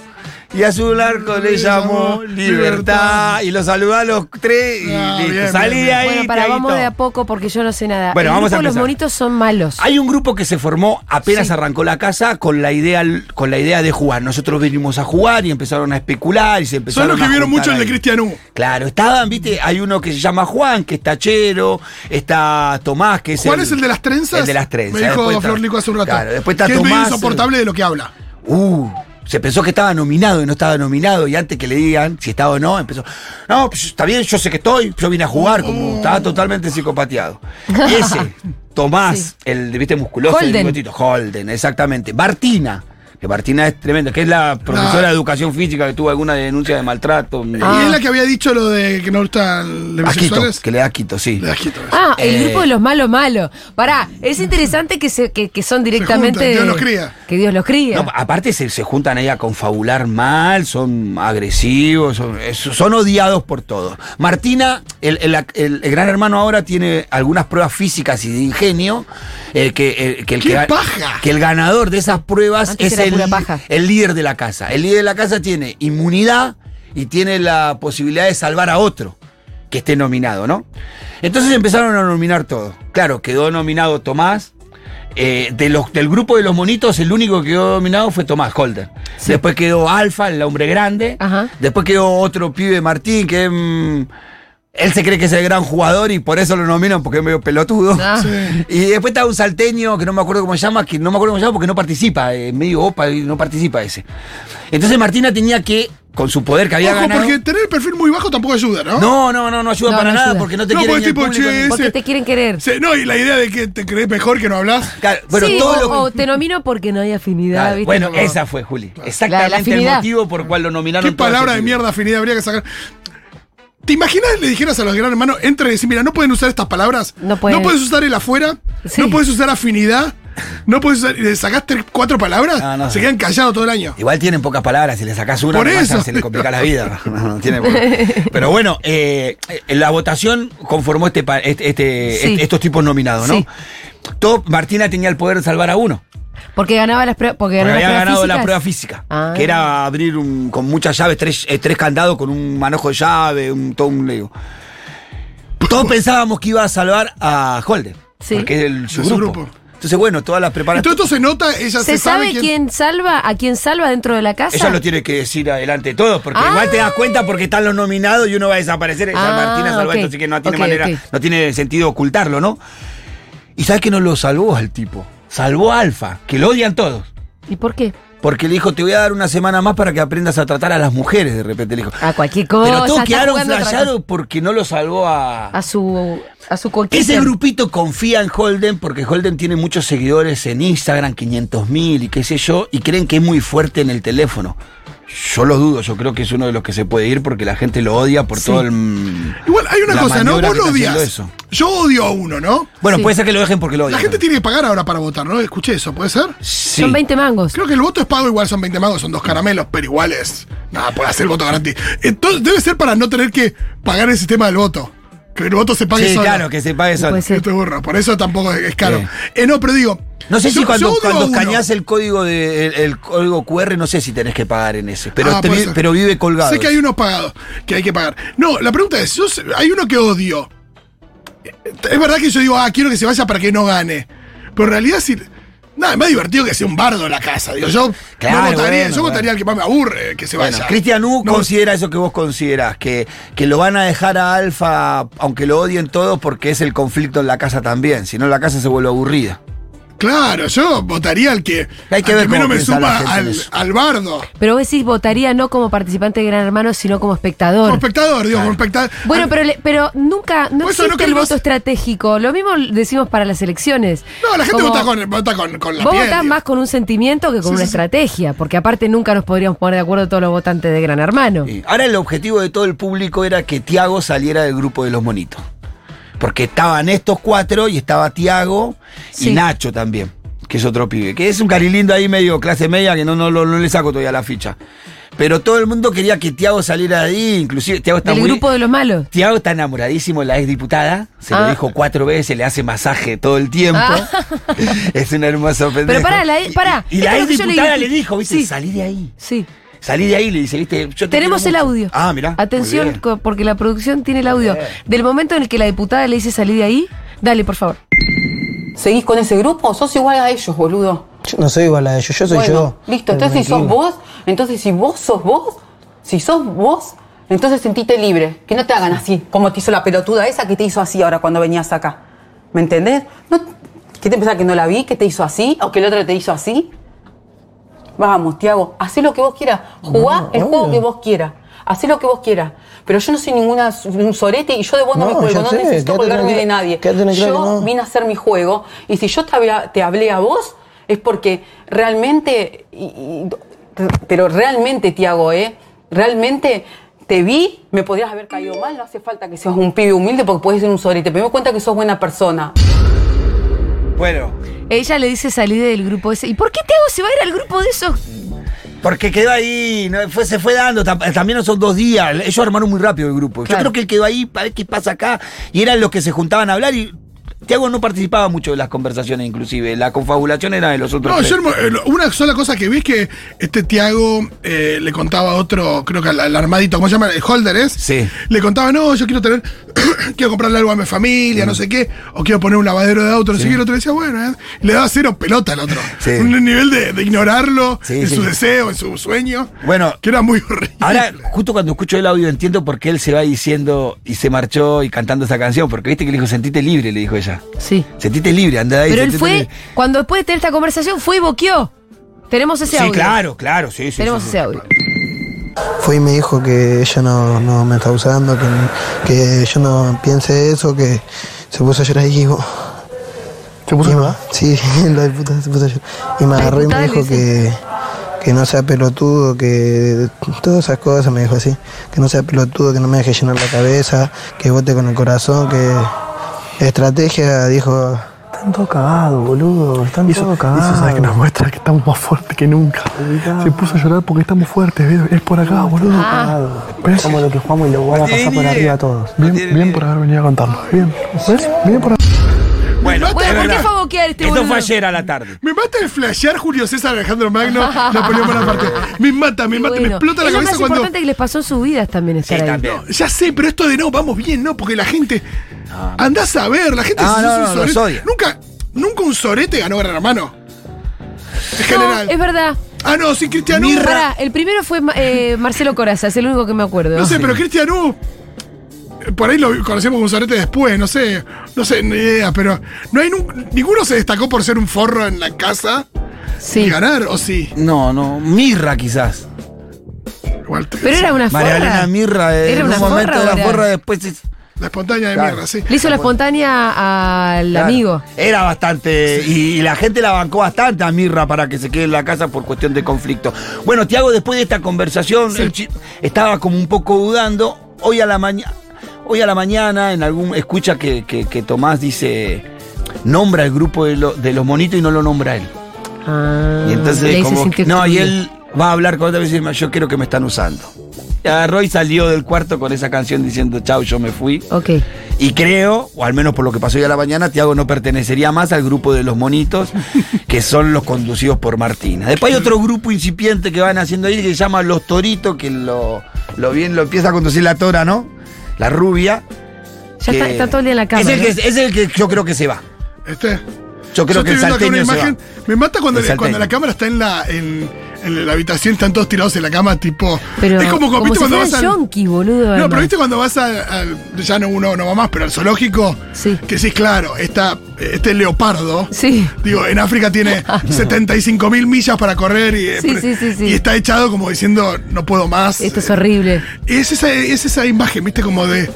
[SPEAKER 5] y a su largo le llamó libertad, y lo saludó a los tres, y
[SPEAKER 3] Ah,
[SPEAKER 5] listo,
[SPEAKER 3] bien,
[SPEAKER 5] salí
[SPEAKER 3] bien,
[SPEAKER 5] de
[SPEAKER 3] bien.
[SPEAKER 5] ahí.
[SPEAKER 2] Bueno, para,
[SPEAKER 5] Tiaguito.
[SPEAKER 2] vamos de a poco porque yo no sé nada.
[SPEAKER 5] Bueno,
[SPEAKER 2] El
[SPEAKER 5] vamos
[SPEAKER 2] grupo
[SPEAKER 5] a
[SPEAKER 2] de los
[SPEAKER 5] empezar.
[SPEAKER 2] monitos son malos.
[SPEAKER 5] Hay un grupo que se formó apenas arrancó la casa con la idea con la idea de jugar. Nosotros vinimos a jugar y empezaron a especular y se
[SPEAKER 3] Son
[SPEAKER 5] empezaron
[SPEAKER 3] los que
[SPEAKER 5] a
[SPEAKER 3] vieron
[SPEAKER 5] juntar
[SPEAKER 3] mucho el de
[SPEAKER 5] ahí.
[SPEAKER 3] Cristian Hugo.
[SPEAKER 5] Claro, estaban, viste, hay uno que se llama Juan, que es tachero, está Tomás, que es
[SPEAKER 3] ¿Cuál es el de las trenzas?
[SPEAKER 5] El de las trenzas.
[SPEAKER 3] Me dijo
[SPEAKER 5] Después está-
[SPEAKER 3] Flor Lico hace un rato.
[SPEAKER 5] Claro, después está
[SPEAKER 3] que es medio
[SPEAKER 5] Tomás. eh.
[SPEAKER 3] insoportable de lo que habla.
[SPEAKER 5] Uh, se pensó que estaba nominado y no estaba nominado. Y antes que le digan si estaba o no, empezó. No, pues, está bien, yo sé que estoy. Yo vine a jugar, como estaba totalmente psicopateado. Ese, Tomás,
[SPEAKER 2] Sí.
[SPEAKER 5] el de viste musculoso, el
[SPEAKER 2] Holden.
[SPEAKER 5] bigotito, Holden, exactamente. Martina. Que Martina es tremenda, que es la profesora de educación física que tuvo alguna denuncia de maltrato.
[SPEAKER 2] Ah.
[SPEAKER 3] Y es la que había dicho lo de que no gustan los
[SPEAKER 5] a Quito,
[SPEAKER 3] bisexuales.
[SPEAKER 5] que le da Quito, sí.
[SPEAKER 3] Le da Quito.
[SPEAKER 2] Ah, el
[SPEAKER 5] Eh.
[SPEAKER 2] grupo de los malos malos. Pará, es interesante que, se, que, que son directamente.
[SPEAKER 3] juntan, Dios
[SPEAKER 2] de-
[SPEAKER 3] los cría.
[SPEAKER 2] Que Dios los cría.
[SPEAKER 5] No, aparte se, se juntan ahí a confabular mal, son agresivos, son, es- son odiados por todos. Martina, el, el- el- el gran hermano ahora tiene algunas pruebas físicas y de ingenio. eh, que, el- que el
[SPEAKER 3] ¡Qué
[SPEAKER 5] que, ga-
[SPEAKER 3] paja!
[SPEAKER 5] que el ganador de esas pruebas
[SPEAKER 2] Antes
[SPEAKER 5] es
[SPEAKER 2] era
[SPEAKER 5] el,
[SPEAKER 2] pura paja.
[SPEAKER 5] el líder de la casa. El líder de la casa tiene inmunidad y tiene la posibilidad de salvar a otro que esté nominado, ¿no? Entonces empezaron a nominar todos. Claro, quedó nominado Tomás. Eh, de los, del grupo de los monitos, el único que quedó nominado fue Tomás Holder. Después quedó Alfa, el hombre grande.
[SPEAKER 2] Ajá.
[SPEAKER 5] Después quedó otro pibe Martín, que mm, él se cree que es el gran jugador y por eso lo nominan porque es medio pelotudo.
[SPEAKER 2] Ah.
[SPEAKER 5] Y después está un salteño que no me acuerdo cómo se llama, que no me acuerdo cómo se llama porque no participa, eh, medio opa y no participa ese. Entonces Martina tenía que, con su poder que había
[SPEAKER 3] Ojo,
[SPEAKER 5] ganado.
[SPEAKER 3] porque tener el perfil muy bajo tampoco ayuda, ¿no?
[SPEAKER 5] No, no, no, no ayuda
[SPEAKER 2] No,
[SPEAKER 5] para
[SPEAKER 2] no
[SPEAKER 5] nada
[SPEAKER 2] ayuda.
[SPEAKER 5] porque no te
[SPEAKER 3] No,
[SPEAKER 5] quiere
[SPEAKER 3] porque
[SPEAKER 5] ni el
[SPEAKER 3] tipo,
[SPEAKER 5] público
[SPEAKER 3] che,
[SPEAKER 5] ni-
[SPEAKER 2] porque
[SPEAKER 3] ese-
[SPEAKER 2] te quieren querer.
[SPEAKER 3] Sí, no, y la idea de que te crees mejor que no hablas.
[SPEAKER 5] Claro, bueno,
[SPEAKER 2] Sí,
[SPEAKER 5] todo
[SPEAKER 2] o,
[SPEAKER 5] lo que-
[SPEAKER 2] o te nomino porque no hay afinidad.
[SPEAKER 5] Claro,
[SPEAKER 2] ¿viste?
[SPEAKER 5] Bueno,
[SPEAKER 2] Como-
[SPEAKER 5] esa fue, Juli.
[SPEAKER 2] La de la
[SPEAKER 5] Exactamente el
[SPEAKER 2] afinidad.
[SPEAKER 5] motivo por el cual lo nominaron.
[SPEAKER 3] Qué
[SPEAKER 5] todos
[SPEAKER 3] palabra
[SPEAKER 5] esos
[SPEAKER 3] de
[SPEAKER 5] pibes.
[SPEAKER 3] mierda afinidad habría que sacar. ¿Te imaginas le dijeras a los gran hermanos, entra y decís, mira, no pueden usar estas palabras?
[SPEAKER 2] No pueden.
[SPEAKER 3] puedes usar el afuera,
[SPEAKER 2] Sí.
[SPEAKER 3] no puedes usar afinidad, no puedes usar, le sacás tres- cuatro palabras,
[SPEAKER 5] Ah, no.
[SPEAKER 3] se quedan callados todo el año.
[SPEAKER 5] Igual tienen pocas palabras, si le sacás una,
[SPEAKER 3] Por
[SPEAKER 5] nomás,
[SPEAKER 3] eso.
[SPEAKER 5] se le complica la vida. No, no, tiene poca- Pero bueno, eh, eh, la votación conformó este, pa- este, este-
[SPEAKER 2] Sí.
[SPEAKER 5] est- estos tipos nominados, ¿no?
[SPEAKER 2] Sí.
[SPEAKER 5] Todo- Martina tenía el poder de salvar a uno.
[SPEAKER 2] Porque ganaba las pruebas. Porque
[SPEAKER 5] Porque
[SPEAKER 2] ganaba
[SPEAKER 5] había
[SPEAKER 2] las
[SPEAKER 5] ganado
[SPEAKER 2] pruebas
[SPEAKER 5] la
[SPEAKER 2] físicas.
[SPEAKER 5] prueba física,
[SPEAKER 2] Ah.
[SPEAKER 5] que era abrir un- con muchas llaves, tres, eh, tres candados, con un manojo de llave, un, todo un lego. Todos pensábamos que iba a salvar a Holder,
[SPEAKER 2] Sí.
[SPEAKER 5] porque es el, su,
[SPEAKER 3] De su
[SPEAKER 5] grupo.
[SPEAKER 3] grupo.
[SPEAKER 5] Entonces, bueno, todas las preparaciones.
[SPEAKER 3] Entonces esto se nota, ella
[SPEAKER 2] ¿Se, sabe quién... salva a quién salva dentro de la casa?
[SPEAKER 5] Ella lo tiene que decir adelante de todos, porque
[SPEAKER 2] Ah.
[SPEAKER 5] igual te das cuenta porque están los nominados y uno va a desaparecer. Esa
[SPEAKER 2] Ah,
[SPEAKER 5] Martina salvó
[SPEAKER 2] ok.
[SPEAKER 5] esto, así que no tiene
[SPEAKER 2] Ok,
[SPEAKER 5] manera,
[SPEAKER 2] ok.
[SPEAKER 5] no tiene sentido ocultarlo, ¿no? Y sabes que no lo salvó al tipo, salvó a Alfa, que lo odian todos.
[SPEAKER 2] ¿Y por qué?
[SPEAKER 5] Porque le dijo, te voy a dar una semana más para que aprendas a tratar a las mujeres, de repente le dijo.
[SPEAKER 2] A cualquier cosa.
[SPEAKER 5] Pero todos
[SPEAKER 2] Ah, está
[SPEAKER 5] quedaron
[SPEAKER 2] jugando otra Ah,
[SPEAKER 5] flayados porque no lo salvó a...
[SPEAKER 2] cosa. A su, a su conquista.
[SPEAKER 5] Ese grupito confía en Holden porque Holden tiene muchos seguidores en Instagram, 500 mil y qué sé yo, y creen que es muy fuerte en el teléfono. Yo lo dudo, yo creo que es uno de los que se puede ir porque la gente lo odia por todo el...
[SPEAKER 3] Igual hay una
[SPEAKER 5] la
[SPEAKER 3] cosa, ¿no?
[SPEAKER 5] maniobra
[SPEAKER 3] Vos
[SPEAKER 5] que
[SPEAKER 3] lo
[SPEAKER 5] está haciendo
[SPEAKER 3] odias.
[SPEAKER 5] eso.
[SPEAKER 3] Yo odio a uno, ¿no?
[SPEAKER 5] Bueno,
[SPEAKER 2] Sí.
[SPEAKER 5] puede ser que lo dejen porque lo odian.
[SPEAKER 3] La gente tiene que pagar ahora para votar, ¿no? Escuché eso, ¿puede ser?
[SPEAKER 5] Sí.
[SPEAKER 2] Son 20 mangos.
[SPEAKER 3] Creo que el voto es pago, igual son 20 magos, son dos caramelos, pero igual es. Nada, puede hacer el voto gratis. Entonces debe ser para no tener que pagar el sistema del voto. Que el voto se pague
[SPEAKER 5] Sí,
[SPEAKER 3] solo.
[SPEAKER 5] claro, que se pague solo.
[SPEAKER 2] Puede ser.
[SPEAKER 3] Esto es burro, por eso tampoco es, es caro.
[SPEAKER 5] Bien.
[SPEAKER 3] Eh, no, pero digo.
[SPEAKER 5] No sé si
[SPEAKER 3] yo- yo
[SPEAKER 5] cuando,
[SPEAKER 3] odio a
[SPEAKER 5] cuando
[SPEAKER 3] uno.
[SPEAKER 5] escaneás el código de, el, el código QR, no sé si tenés que pagar en ese. Pero,
[SPEAKER 3] Ah,
[SPEAKER 5] te
[SPEAKER 3] puede
[SPEAKER 5] vi-
[SPEAKER 3] ser.
[SPEAKER 5] pero vive colgado.
[SPEAKER 3] Sé que hay unos pagados que hay que pagar. No, la pregunta es: yo sé- hay uno que odio. Eh, Es verdad que yo digo, ah, quiero que se vaya para que no gane. Pero en realidad, si. Nada, es más divertido que sea un bardo en la casa. Digo, yo
[SPEAKER 5] Claro,
[SPEAKER 3] no votaría,
[SPEAKER 5] bueno,
[SPEAKER 3] yo
[SPEAKER 5] bueno.
[SPEAKER 3] votaría al que más me aburre que se
[SPEAKER 5] Bueno,
[SPEAKER 3] vaya.
[SPEAKER 5] Cristian U
[SPEAKER 3] No,
[SPEAKER 5] considera eso que vos considerás, que, que lo van a dejar a Alfa, aunque lo odien todos, porque es el conflicto en la casa también. Si no, la casa se vuelve aburrida.
[SPEAKER 3] Claro, yo votaría al que,
[SPEAKER 5] Hay que
[SPEAKER 3] al
[SPEAKER 5] ver cómo
[SPEAKER 3] menos me
[SPEAKER 5] piensa la
[SPEAKER 3] suma
[SPEAKER 5] gente en
[SPEAKER 3] al,
[SPEAKER 5] eso.
[SPEAKER 3] al bardo.
[SPEAKER 2] Pero vos decís, votaría no como participante de Gran Hermano, sino como espectador.
[SPEAKER 3] Como espectador, digo, como espectador.
[SPEAKER 2] Bueno,
[SPEAKER 3] Al-
[SPEAKER 2] pero, le- pero nunca, no
[SPEAKER 3] Por eso
[SPEAKER 2] existe
[SPEAKER 3] no
[SPEAKER 2] el
[SPEAKER 3] queremos-
[SPEAKER 2] voto estratégico. Lo mismo decimos para las elecciones.
[SPEAKER 3] No, la gente
[SPEAKER 2] Como-
[SPEAKER 3] vota con, vota con, con la
[SPEAKER 2] Vos
[SPEAKER 3] piel,
[SPEAKER 2] votás
[SPEAKER 3] digo.
[SPEAKER 2] más con un sentimiento que con
[SPEAKER 3] Sí,
[SPEAKER 2] una
[SPEAKER 3] sí, sí.
[SPEAKER 2] estrategia, porque aparte nunca nos podríamos poner de acuerdo todos los votantes de Gran Hermano.
[SPEAKER 5] Sí. Eh, Ahora el objetivo de todo el público era que Tiago saliera del grupo de los monitos. Porque estaban estos cuatro y estaba Tiago y
[SPEAKER 2] Sí.
[SPEAKER 5] Nacho también, que es otro pibe. Que es un carilindo ahí medio clase media que no, no, lo- no le saco todavía la ficha. Pero todo el mundo quería que Tiago saliera de ahí, inclusive Tiago está
[SPEAKER 2] Del
[SPEAKER 5] muy...
[SPEAKER 2] grupo de los malos.
[SPEAKER 5] Tiago está enamoradísimo de la ex diputada, se
[SPEAKER 2] Ah.
[SPEAKER 5] lo dijo cuatro veces, le hace masaje todo el tiempo. es un hermoso pendejo.
[SPEAKER 2] Pero pará, la-
[SPEAKER 5] Y-
[SPEAKER 2] pará.
[SPEAKER 5] Y, la
[SPEAKER 2] Esto
[SPEAKER 5] ex
[SPEAKER 2] es lo que yo le
[SPEAKER 5] diputada
[SPEAKER 2] dije.
[SPEAKER 5] le dijo, viste,
[SPEAKER 2] Sí.
[SPEAKER 5] salí de ahí.
[SPEAKER 2] Sí.
[SPEAKER 5] Salí de ahí, le dice, viste, yo te
[SPEAKER 2] Tenemos el
[SPEAKER 5] quiero mucho".
[SPEAKER 2] audio.
[SPEAKER 5] Ah, mirá. muy
[SPEAKER 2] Atención,
[SPEAKER 5] bien.
[SPEAKER 2] co- porque la producción tiene el audio. Del momento en el que la diputada le dice salir de ahí, dale, por favor.
[SPEAKER 4] ¿Seguís con ese grupo? Sos igual a ellos, boludo.
[SPEAKER 7] Yo no soy igual a ellos, yo soy
[SPEAKER 4] bueno,
[SPEAKER 7] yo.
[SPEAKER 4] listo. Entonces, si sos
[SPEAKER 7] Tranquilo.
[SPEAKER 4] vos, entonces, si vos sos vos, si sos vos, entonces sentite libre. Que no te hagan así, como te hizo la pelotuda esa que te hizo así ahora cuando venías acá. ¿Me entendés? No, ¿Qué te pensás que no la vi? ¿Que te hizo así? ¿O que el otro te hizo así? Vamos, Tiago, hacé lo que vos quieras. Jugá
[SPEAKER 7] No,
[SPEAKER 4] el juego
[SPEAKER 7] obvio.
[SPEAKER 4] que vos quieras. Hacé lo que vos quieras. Pero yo no soy ninguna s- un sorete y yo de vos no,
[SPEAKER 7] No,
[SPEAKER 4] me cuelgo.
[SPEAKER 7] ya
[SPEAKER 4] No
[SPEAKER 7] sé,
[SPEAKER 4] necesito
[SPEAKER 7] quédate
[SPEAKER 4] colgarme de
[SPEAKER 7] tranquila,
[SPEAKER 4] nadie.
[SPEAKER 7] quédate tranquila que
[SPEAKER 4] Yo
[SPEAKER 7] no.
[SPEAKER 4] vine a hacer mi juego y si yo te habla- te hablé, a vos es porque realmente, y- y- pero realmente, Tiago, ¿eh? Realmente te vi, me podrías haber caído mal, no hace falta que seas un pibe humilde porque puedes ser un sorete, pero me doy cuenta que sos buena persona.
[SPEAKER 5] Bueno,
[SPEAKER 2] Ella le dice salir del grupo ese. ¿Y por qué Tiago se va a ir al grupo de esos?
[SPEAKER 5] porque quedó ahí, no, fue- se fue dando, tam- también no son dos días, ellos armaron muy rápido el grupo.
[SPEAKER 2] Claro.
[SPEAKER 5] Yo creo que él quedó ahí para ver qué pasa acá, y eran los que se juntaban a hablar y... Tiago no participaba mucho de las conversaciones, inclusive. La confabulación era de los otros.
[SPEAKER 3] No,
[SPEAKER 5] tres.
[SPEAKER 3] yo no- eh, lo- una sola cosa que vi es que este Tiago eh, le contaba a otro, creo que al, al armadito, ¿cómo se llama? El Holder es.
[SPEAKER 5] Sí.
[SPEAKER 3] Le contaba, no, yo quiero tener, quiero comprarle algo a mi familia, no sé qué, o quiero poner un lavadero de auto, no sé qué. El otro decía, bueno, eh. le daba cero pelota al otro.
[SPEAKER 5] Sí.
[SPEAKER 3] Un nivel de, de ignorarlo
[SPEAKER 5] Sí,
[SPEAKER 3] en
[SPEAKER 5] sí.
[SPEAKER 3] su deseo, en su sueño.
[SPEAKER 5] Bueno.
[SPEAKER 3] Que era muy horrible.
[SPEAKER 5] Ahora, justo cuando escucho el audio, entiendo por qué él se va diciendo y se marchó y cantando esa canción, porque viste que le dijo, sentite libre, le dijo ella.
[SPEAKER 2] Sí.
[SPEAKER 5] Sentite libre, anda ahí.
[SPEAKER 2] Pero él
[SPEAKER 5] sentite
[SPEAKER 2] fue,
[SPEAKER 5] libre".
[SPEAKER 2] cuando después de tener esta conversación, fue y boqueó. Tenemos ese
[SPEAKER 5] Sí,
[SPEAKER 2] audio.
[SPEAKER 5] claro, claro, sí, sí.
[SPEAKER 2] Tenemos
[SPEAKER 5] sí, sí.
[SPEAKER 2] ese audio.
[SPEAKER 7] Fue y me dijo que ella no, no me está usando, que, que yo no piense eso, que se puso a llorar y digo. ¿Se puso a llorar? Sí, la puta se puso a llorar. Y me
[SPEAKER 2] La
[SPEAKER 7] agarró y me
[SPEAKER 2] diputada le
[SPEAKER 7] dijo que, que no sea pelotudo, que todas esas cosas me dijo así. Que no sea pelotudo, que no me deje llenar la cabeza, que vote con el corazón, que estrategia, dijo. Están todos cagados, boludo. Están
[SPEAKER 8] Y eso,
[SPEAKER 7] todos
[SPEAKER 8] y eso,
[SPEAKER 7] cagados.
[SPEAKER 8] sabes que nos muestra que estamos más fuertes que nunca.
[SPEAKER 7] Ubicado.
[SPEAKER 8] Se puso a llorar porque estamos fuertes, ¿ves? es por acá, boludo.
[SPEAKER 7] Cagados.
[SPEAKER 8] ¿Ves?
[SPEAKER 7] Somos lo que jugamos y lo van a pasar por arriba a todos.
[SPEAKER 8] Bien, bien por haber venido a contarnos. Bien. ¿Ves? Bien por
[SPEAKER 1] Bueno,
[SPEAKER 3] Me mata-
[SPEAKER 2] Bueno, ¿por qué
[SPEAKER 1] verdad.
[SPEAKER 2] fue a boquear este
[SPEAKER 1] Esto
[SPEAKER 2] boludo?
[SPEAKER 1] fue ayer a la tarde.
[SPEAKER 3] Me mata el flashear Julio César Alejandro Magno, Napoleón Bonaparte. Me mata, me
[SPEAKER 2] Y
[SPEAKER 3] mata, me
[SPEAKER 2] bueno,
[SPEAKER 3] explota la
[SPEAKER 2] es lo
[SPEAKER 3] cabeza
[SPEAKER 2] más
[SPEAKER 3] cuando.
[SPEAKER 2] importante que les pasó en sus vidas también estar
[SPEAKER 1] Sí,
[SPEAKER 2] ahí.
[SPEAKER 1] también.
[SPEAKER 3] Ya sé, pero esto de no, vamos bien, ¿no? Porque la gente. Andás a ver, la gente
[SPEAKER 5] No,
[SPEAKER 3] si
[SPEAKER 5] Ah. no,
[SPEAKER 3] sos un
[SPEAKER 5] no, los
[SPEAKER 3] sorete-
[SPEAKER 5] odia.
[SPEAKER 3] Nunca, nunca un sorete ganó Gran Hermano. En
[SPEAKER 2] No,
[SPEAKER 3] general.
[SPEAKER 2] es verdad.
[SPEAKER 3] Ah, no, sí, Cristian U.
[SPEAKER 2] Pará, el primero fue ma- eh, Marcelo Coraza, es el único que me acuerdo.
[SPEAKER 5] Ah,
[SPEAKER 3] No sé, pero Cristian U. Por ahí lo conocemos como un sorete después, no sé. No sé, ni idea, pero. No hay nun- ninguno se destacó por ser un forro en la casa y
[SPEAKER 2] sí.
[SPEAKER 3] ganar, o sí.
[SPEAKER 5] No, no, Mirra quizás.
[SPEAKER 3] Igual te-
[SPEAKER 2] Pero era una
[SPEAKER 5] María Elena
[SPEAKER 2] forra.
[SPEAKER 5] Mirra, eh,
[SPEAKER 2] Era
[SPEAKER 5] en
[SPEAKER 2] una
[SPEAKER 5] un momento
[SPEAKER 2] forra,
[SPEAKER 5] de
[SPEAKER 2] ¿verdad?
[SPEAKER 5] la forra, después es-
[SPEAKER 3] La espontánea de
[SPEAKER 5] Claro.
[SPEAKER 3] mierda, sí.
[SPEAKER 2] Le hizo la espontánea al
[SPEAKER 5] Claro.
[SPEAKER 2] amigo.
[SPEAKER 5] Era bastante. Y, y la gente la bancó bastante a Mirra para que se quede en la casa por cuestión de conflicto. Bueno, Tiago, después de esta conversación, el chi- estaba como un poco dudando. Hoy a la mañana. Hoy a la mañana, en algún. escucha que, que- que Tomás dice. Nombra el grupo de, lo- de los monitos y no lo nombra él.
[SPEAKER 2] Ah,
[SPEAKER 5] Y
[SPEAKER 2] le
[SPEAKER 5] entonces
[SPEAKER 2] hizo
[SPEAKER 5] como que-
[SPEAKER 2] sentir
[SPEAKER 5] No, y
[SPEAKER 2] tuyo.
[SPEAKER 5] él va a hablar con otra vez y dice, yo creo que me están usando. Y agarró y salió del cuarto con esa canción diciendo, chau, yo me fui.
[SPEAKER 2] Ok.
[SPEAKER 5] Y creo, o al menos por lo que pasó hoy a la mañana, Tiago no pertenecería más al grupo de los monitos, que son los conducidos por Martina. Después hay otro grupo incipiente que van haciendo ahí que se llama Los Toritos, que lo, lo bien lo empieza a conducir la tora, ¿no? La rubia.
[SPEAKER 2] Ya está,
[SPEAKER 5] que-
[SPEAKER 2] está todo el día en la cama.
[SPEAKER 5] Es el,
[SPEAKER 2] ¿no?
[SPEAKER 5] que, es el que yo creo que se va.
[SPEAKER 3] Este.
[SPEAKER 5] Yo creo que el
[SPEAKER 3] estoy viendo acá una
[SPEAKER 5] salteño se
[SPEAKER 3] imagen.
[SPEAKER 5] va.
[SPEAKER 3] Me mata cuando,
[SPEAKER 5] El
[SPEAKER 3] le-
[SPEAKER 5] salteño.
[SPEAKER 3] cuando la cámara está en la, en, en la habitación, están todos tirados en la cama, tipo.
[SPEAKER 2] Pero
[SPEAKER 3] es como,
[SPEAKER 2] como
[SPEAKER 3] viste
[SPEAKER 2] si
[SPEAKER 3] cuando
[SPEAKER 2] fuera
[SPEAKER 3] vas al.
[SPEAKER 2] yonki, boludo.
[SPEAKER 3] No,
[SPEAKER 2] además.
[SPEAKER 3] pero viste cuando vas al, al- Ya no uno no va más, pero al zoológico.
[SPEAKER 2] Sí.
[SPEAKER 3] Que sí, claro, está, este leopardo.
[SPEAKER 2] Sí.
[SPEAKER 3] Digo, en África tiene 75 mil millas para correr y,
[SPEAKER 2] Sí, sí, sí, sí.
[SPEAKER 3] y está echado como diciendo, no puedo más.
[SPEAKER 2] Esto es horrible.
[SPEAKER 3] Es esa, es esa imagen, viste, como de,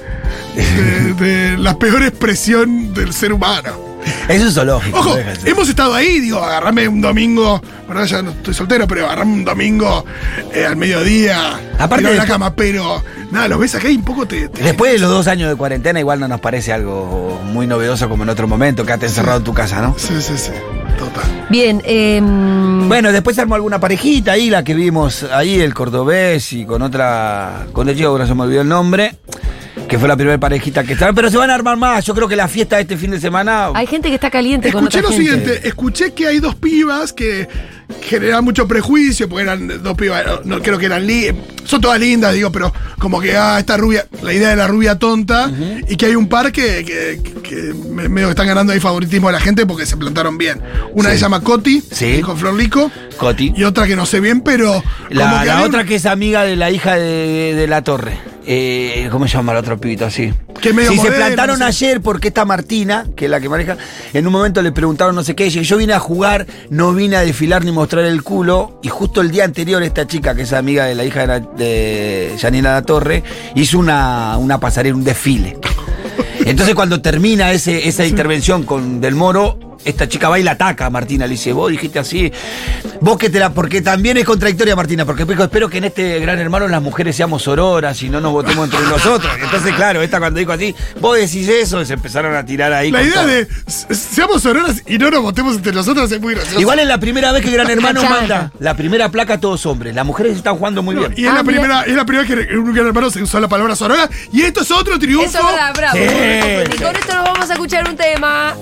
[SPEAKER 3] de, de la peor expresión del ser humano.
[SPEAKER 5] Es un zoológico.
[SPEAKER 3] Ojo,
[SPEAKER 5] déjense.
[SPEAKER 3] hemos estado ahí, digo, agarrame un domingo, bueno, ya no estoy soltero, pero agarrame un domingo eh, al mediodía,
[SPEAKER 5] Aparte
[SPEAKER 3] tirado en la
[SPEAKER 5] después-
[SPEAKER 3] cama, pero nada, los ves acá y un poco te... te-
[SPEAKER 5] Después de los dos años de cuarentena, igual no nos parece algo muy novedoso como en otro momento, que te encerrado en tu casa, ¿no?
[SPEAKER 3] Sí, sí, sí, total.
[SPEAKER 2] Bien, eh,
[SPEAKER 5] Bueno, después se armó alguna parejita ahí, la que vimos ahí, el cordobés y con otra, con el chico, ahora se me olvidó el nombre, que fue la primera parejita que estaba, pero se van a armar más, yo creo que la fiesta de este fin de semana...
[SPEAKER 2] hay gente que está caliente con
[SPEAKER 3] Escuché
[SPEAKER 2] otra
[SPEAKER 3] lo
[SPEAKER 2] gente.
[SPEAKER 3] siguiente, escuché que hay dos pibas que generan mucho prejuicio, porque eran dos pibas, no, no creo que eran li- son todas lindas, digo, pero como que, ah, esta rubia, la idea de la rubia tonta, y que hay un par que, que- que me- medio que están ganando ahí favoritismo de la gente porque se plantaron bien. Una se llama Coti,
[SPEAKER 5] Sí.
[SPEAKER 3] con Florlico,
[SPEAKER 5] Coti.
[SPEAKER 3] y otra que no sé bien, pero...
[SPEAKER 5] La, la
[SPEAKER 3] había un-
[SPEAKER 5] otra que es amiga de la hija de, de la torre. Eh, ¿Cómo se llama la otra pibita así?
[SPEAKER 3] Que medio
[SPEAKER 5] si
[SPEAKER 3] modelo,
[SPEAKER 5] se plantaron
[SPEAKER 3] no sé.
[SPEAKER 5] ayer porque esta Martina, que es la que maneja, en un momento le preguntaron no sé qué, dice, yo vine a jugar, no vine a desfilar ni mostrar el culo, y justo el día anterior esta chica, que es amiga de la hija de, la- de Janina La Torre, hizo una, una pasarela, un desfile. Entonces cuando termina ese- esa intervención con Del Moro, esta chica va y la ataca a Martina, le dice, vos dijiste así, vos que te la... Porque también es contradictoria Martina, porque pico, espero que en este gran hermano las mujeres seamos sororas y no nos votemos entre nosotros. Entonces, claro, esta cuando dijo así, vos decís eso, se empezaron a tirar ahí.
[SPEAKER 3] La
[SPEAKER 5] con
[SPEAKER 3] idea
[SPEAKER 5] todo.
[SPEAKER 3] de "Se- seamos sonoras y no nos votemos entre nosotras es muy graciosa.
[SPEAKER 5] Igual es la primera vez que Gran Hermano
[SPEAKER 2] Chanca.
[SPEAKER 5] manda la primera placa a todos hombres. Las mujeres están jugando muy bien.
[SPEAKER 3] Y es,
[SPEAKER 2] Ah,
[SPEAKER 3] la
[SPEAKER 2] mira.
[SPEAKER 3] primera, es la primera que en un gran hermano se usó la palabra sonora. Y esto es otro triunfo.
[SPEAKER 2] Eso es verdad, bravo.
[SPEAKER 5] Sí.
[SPEAKER 2] Y con esto nos vamos a escuchar un tema.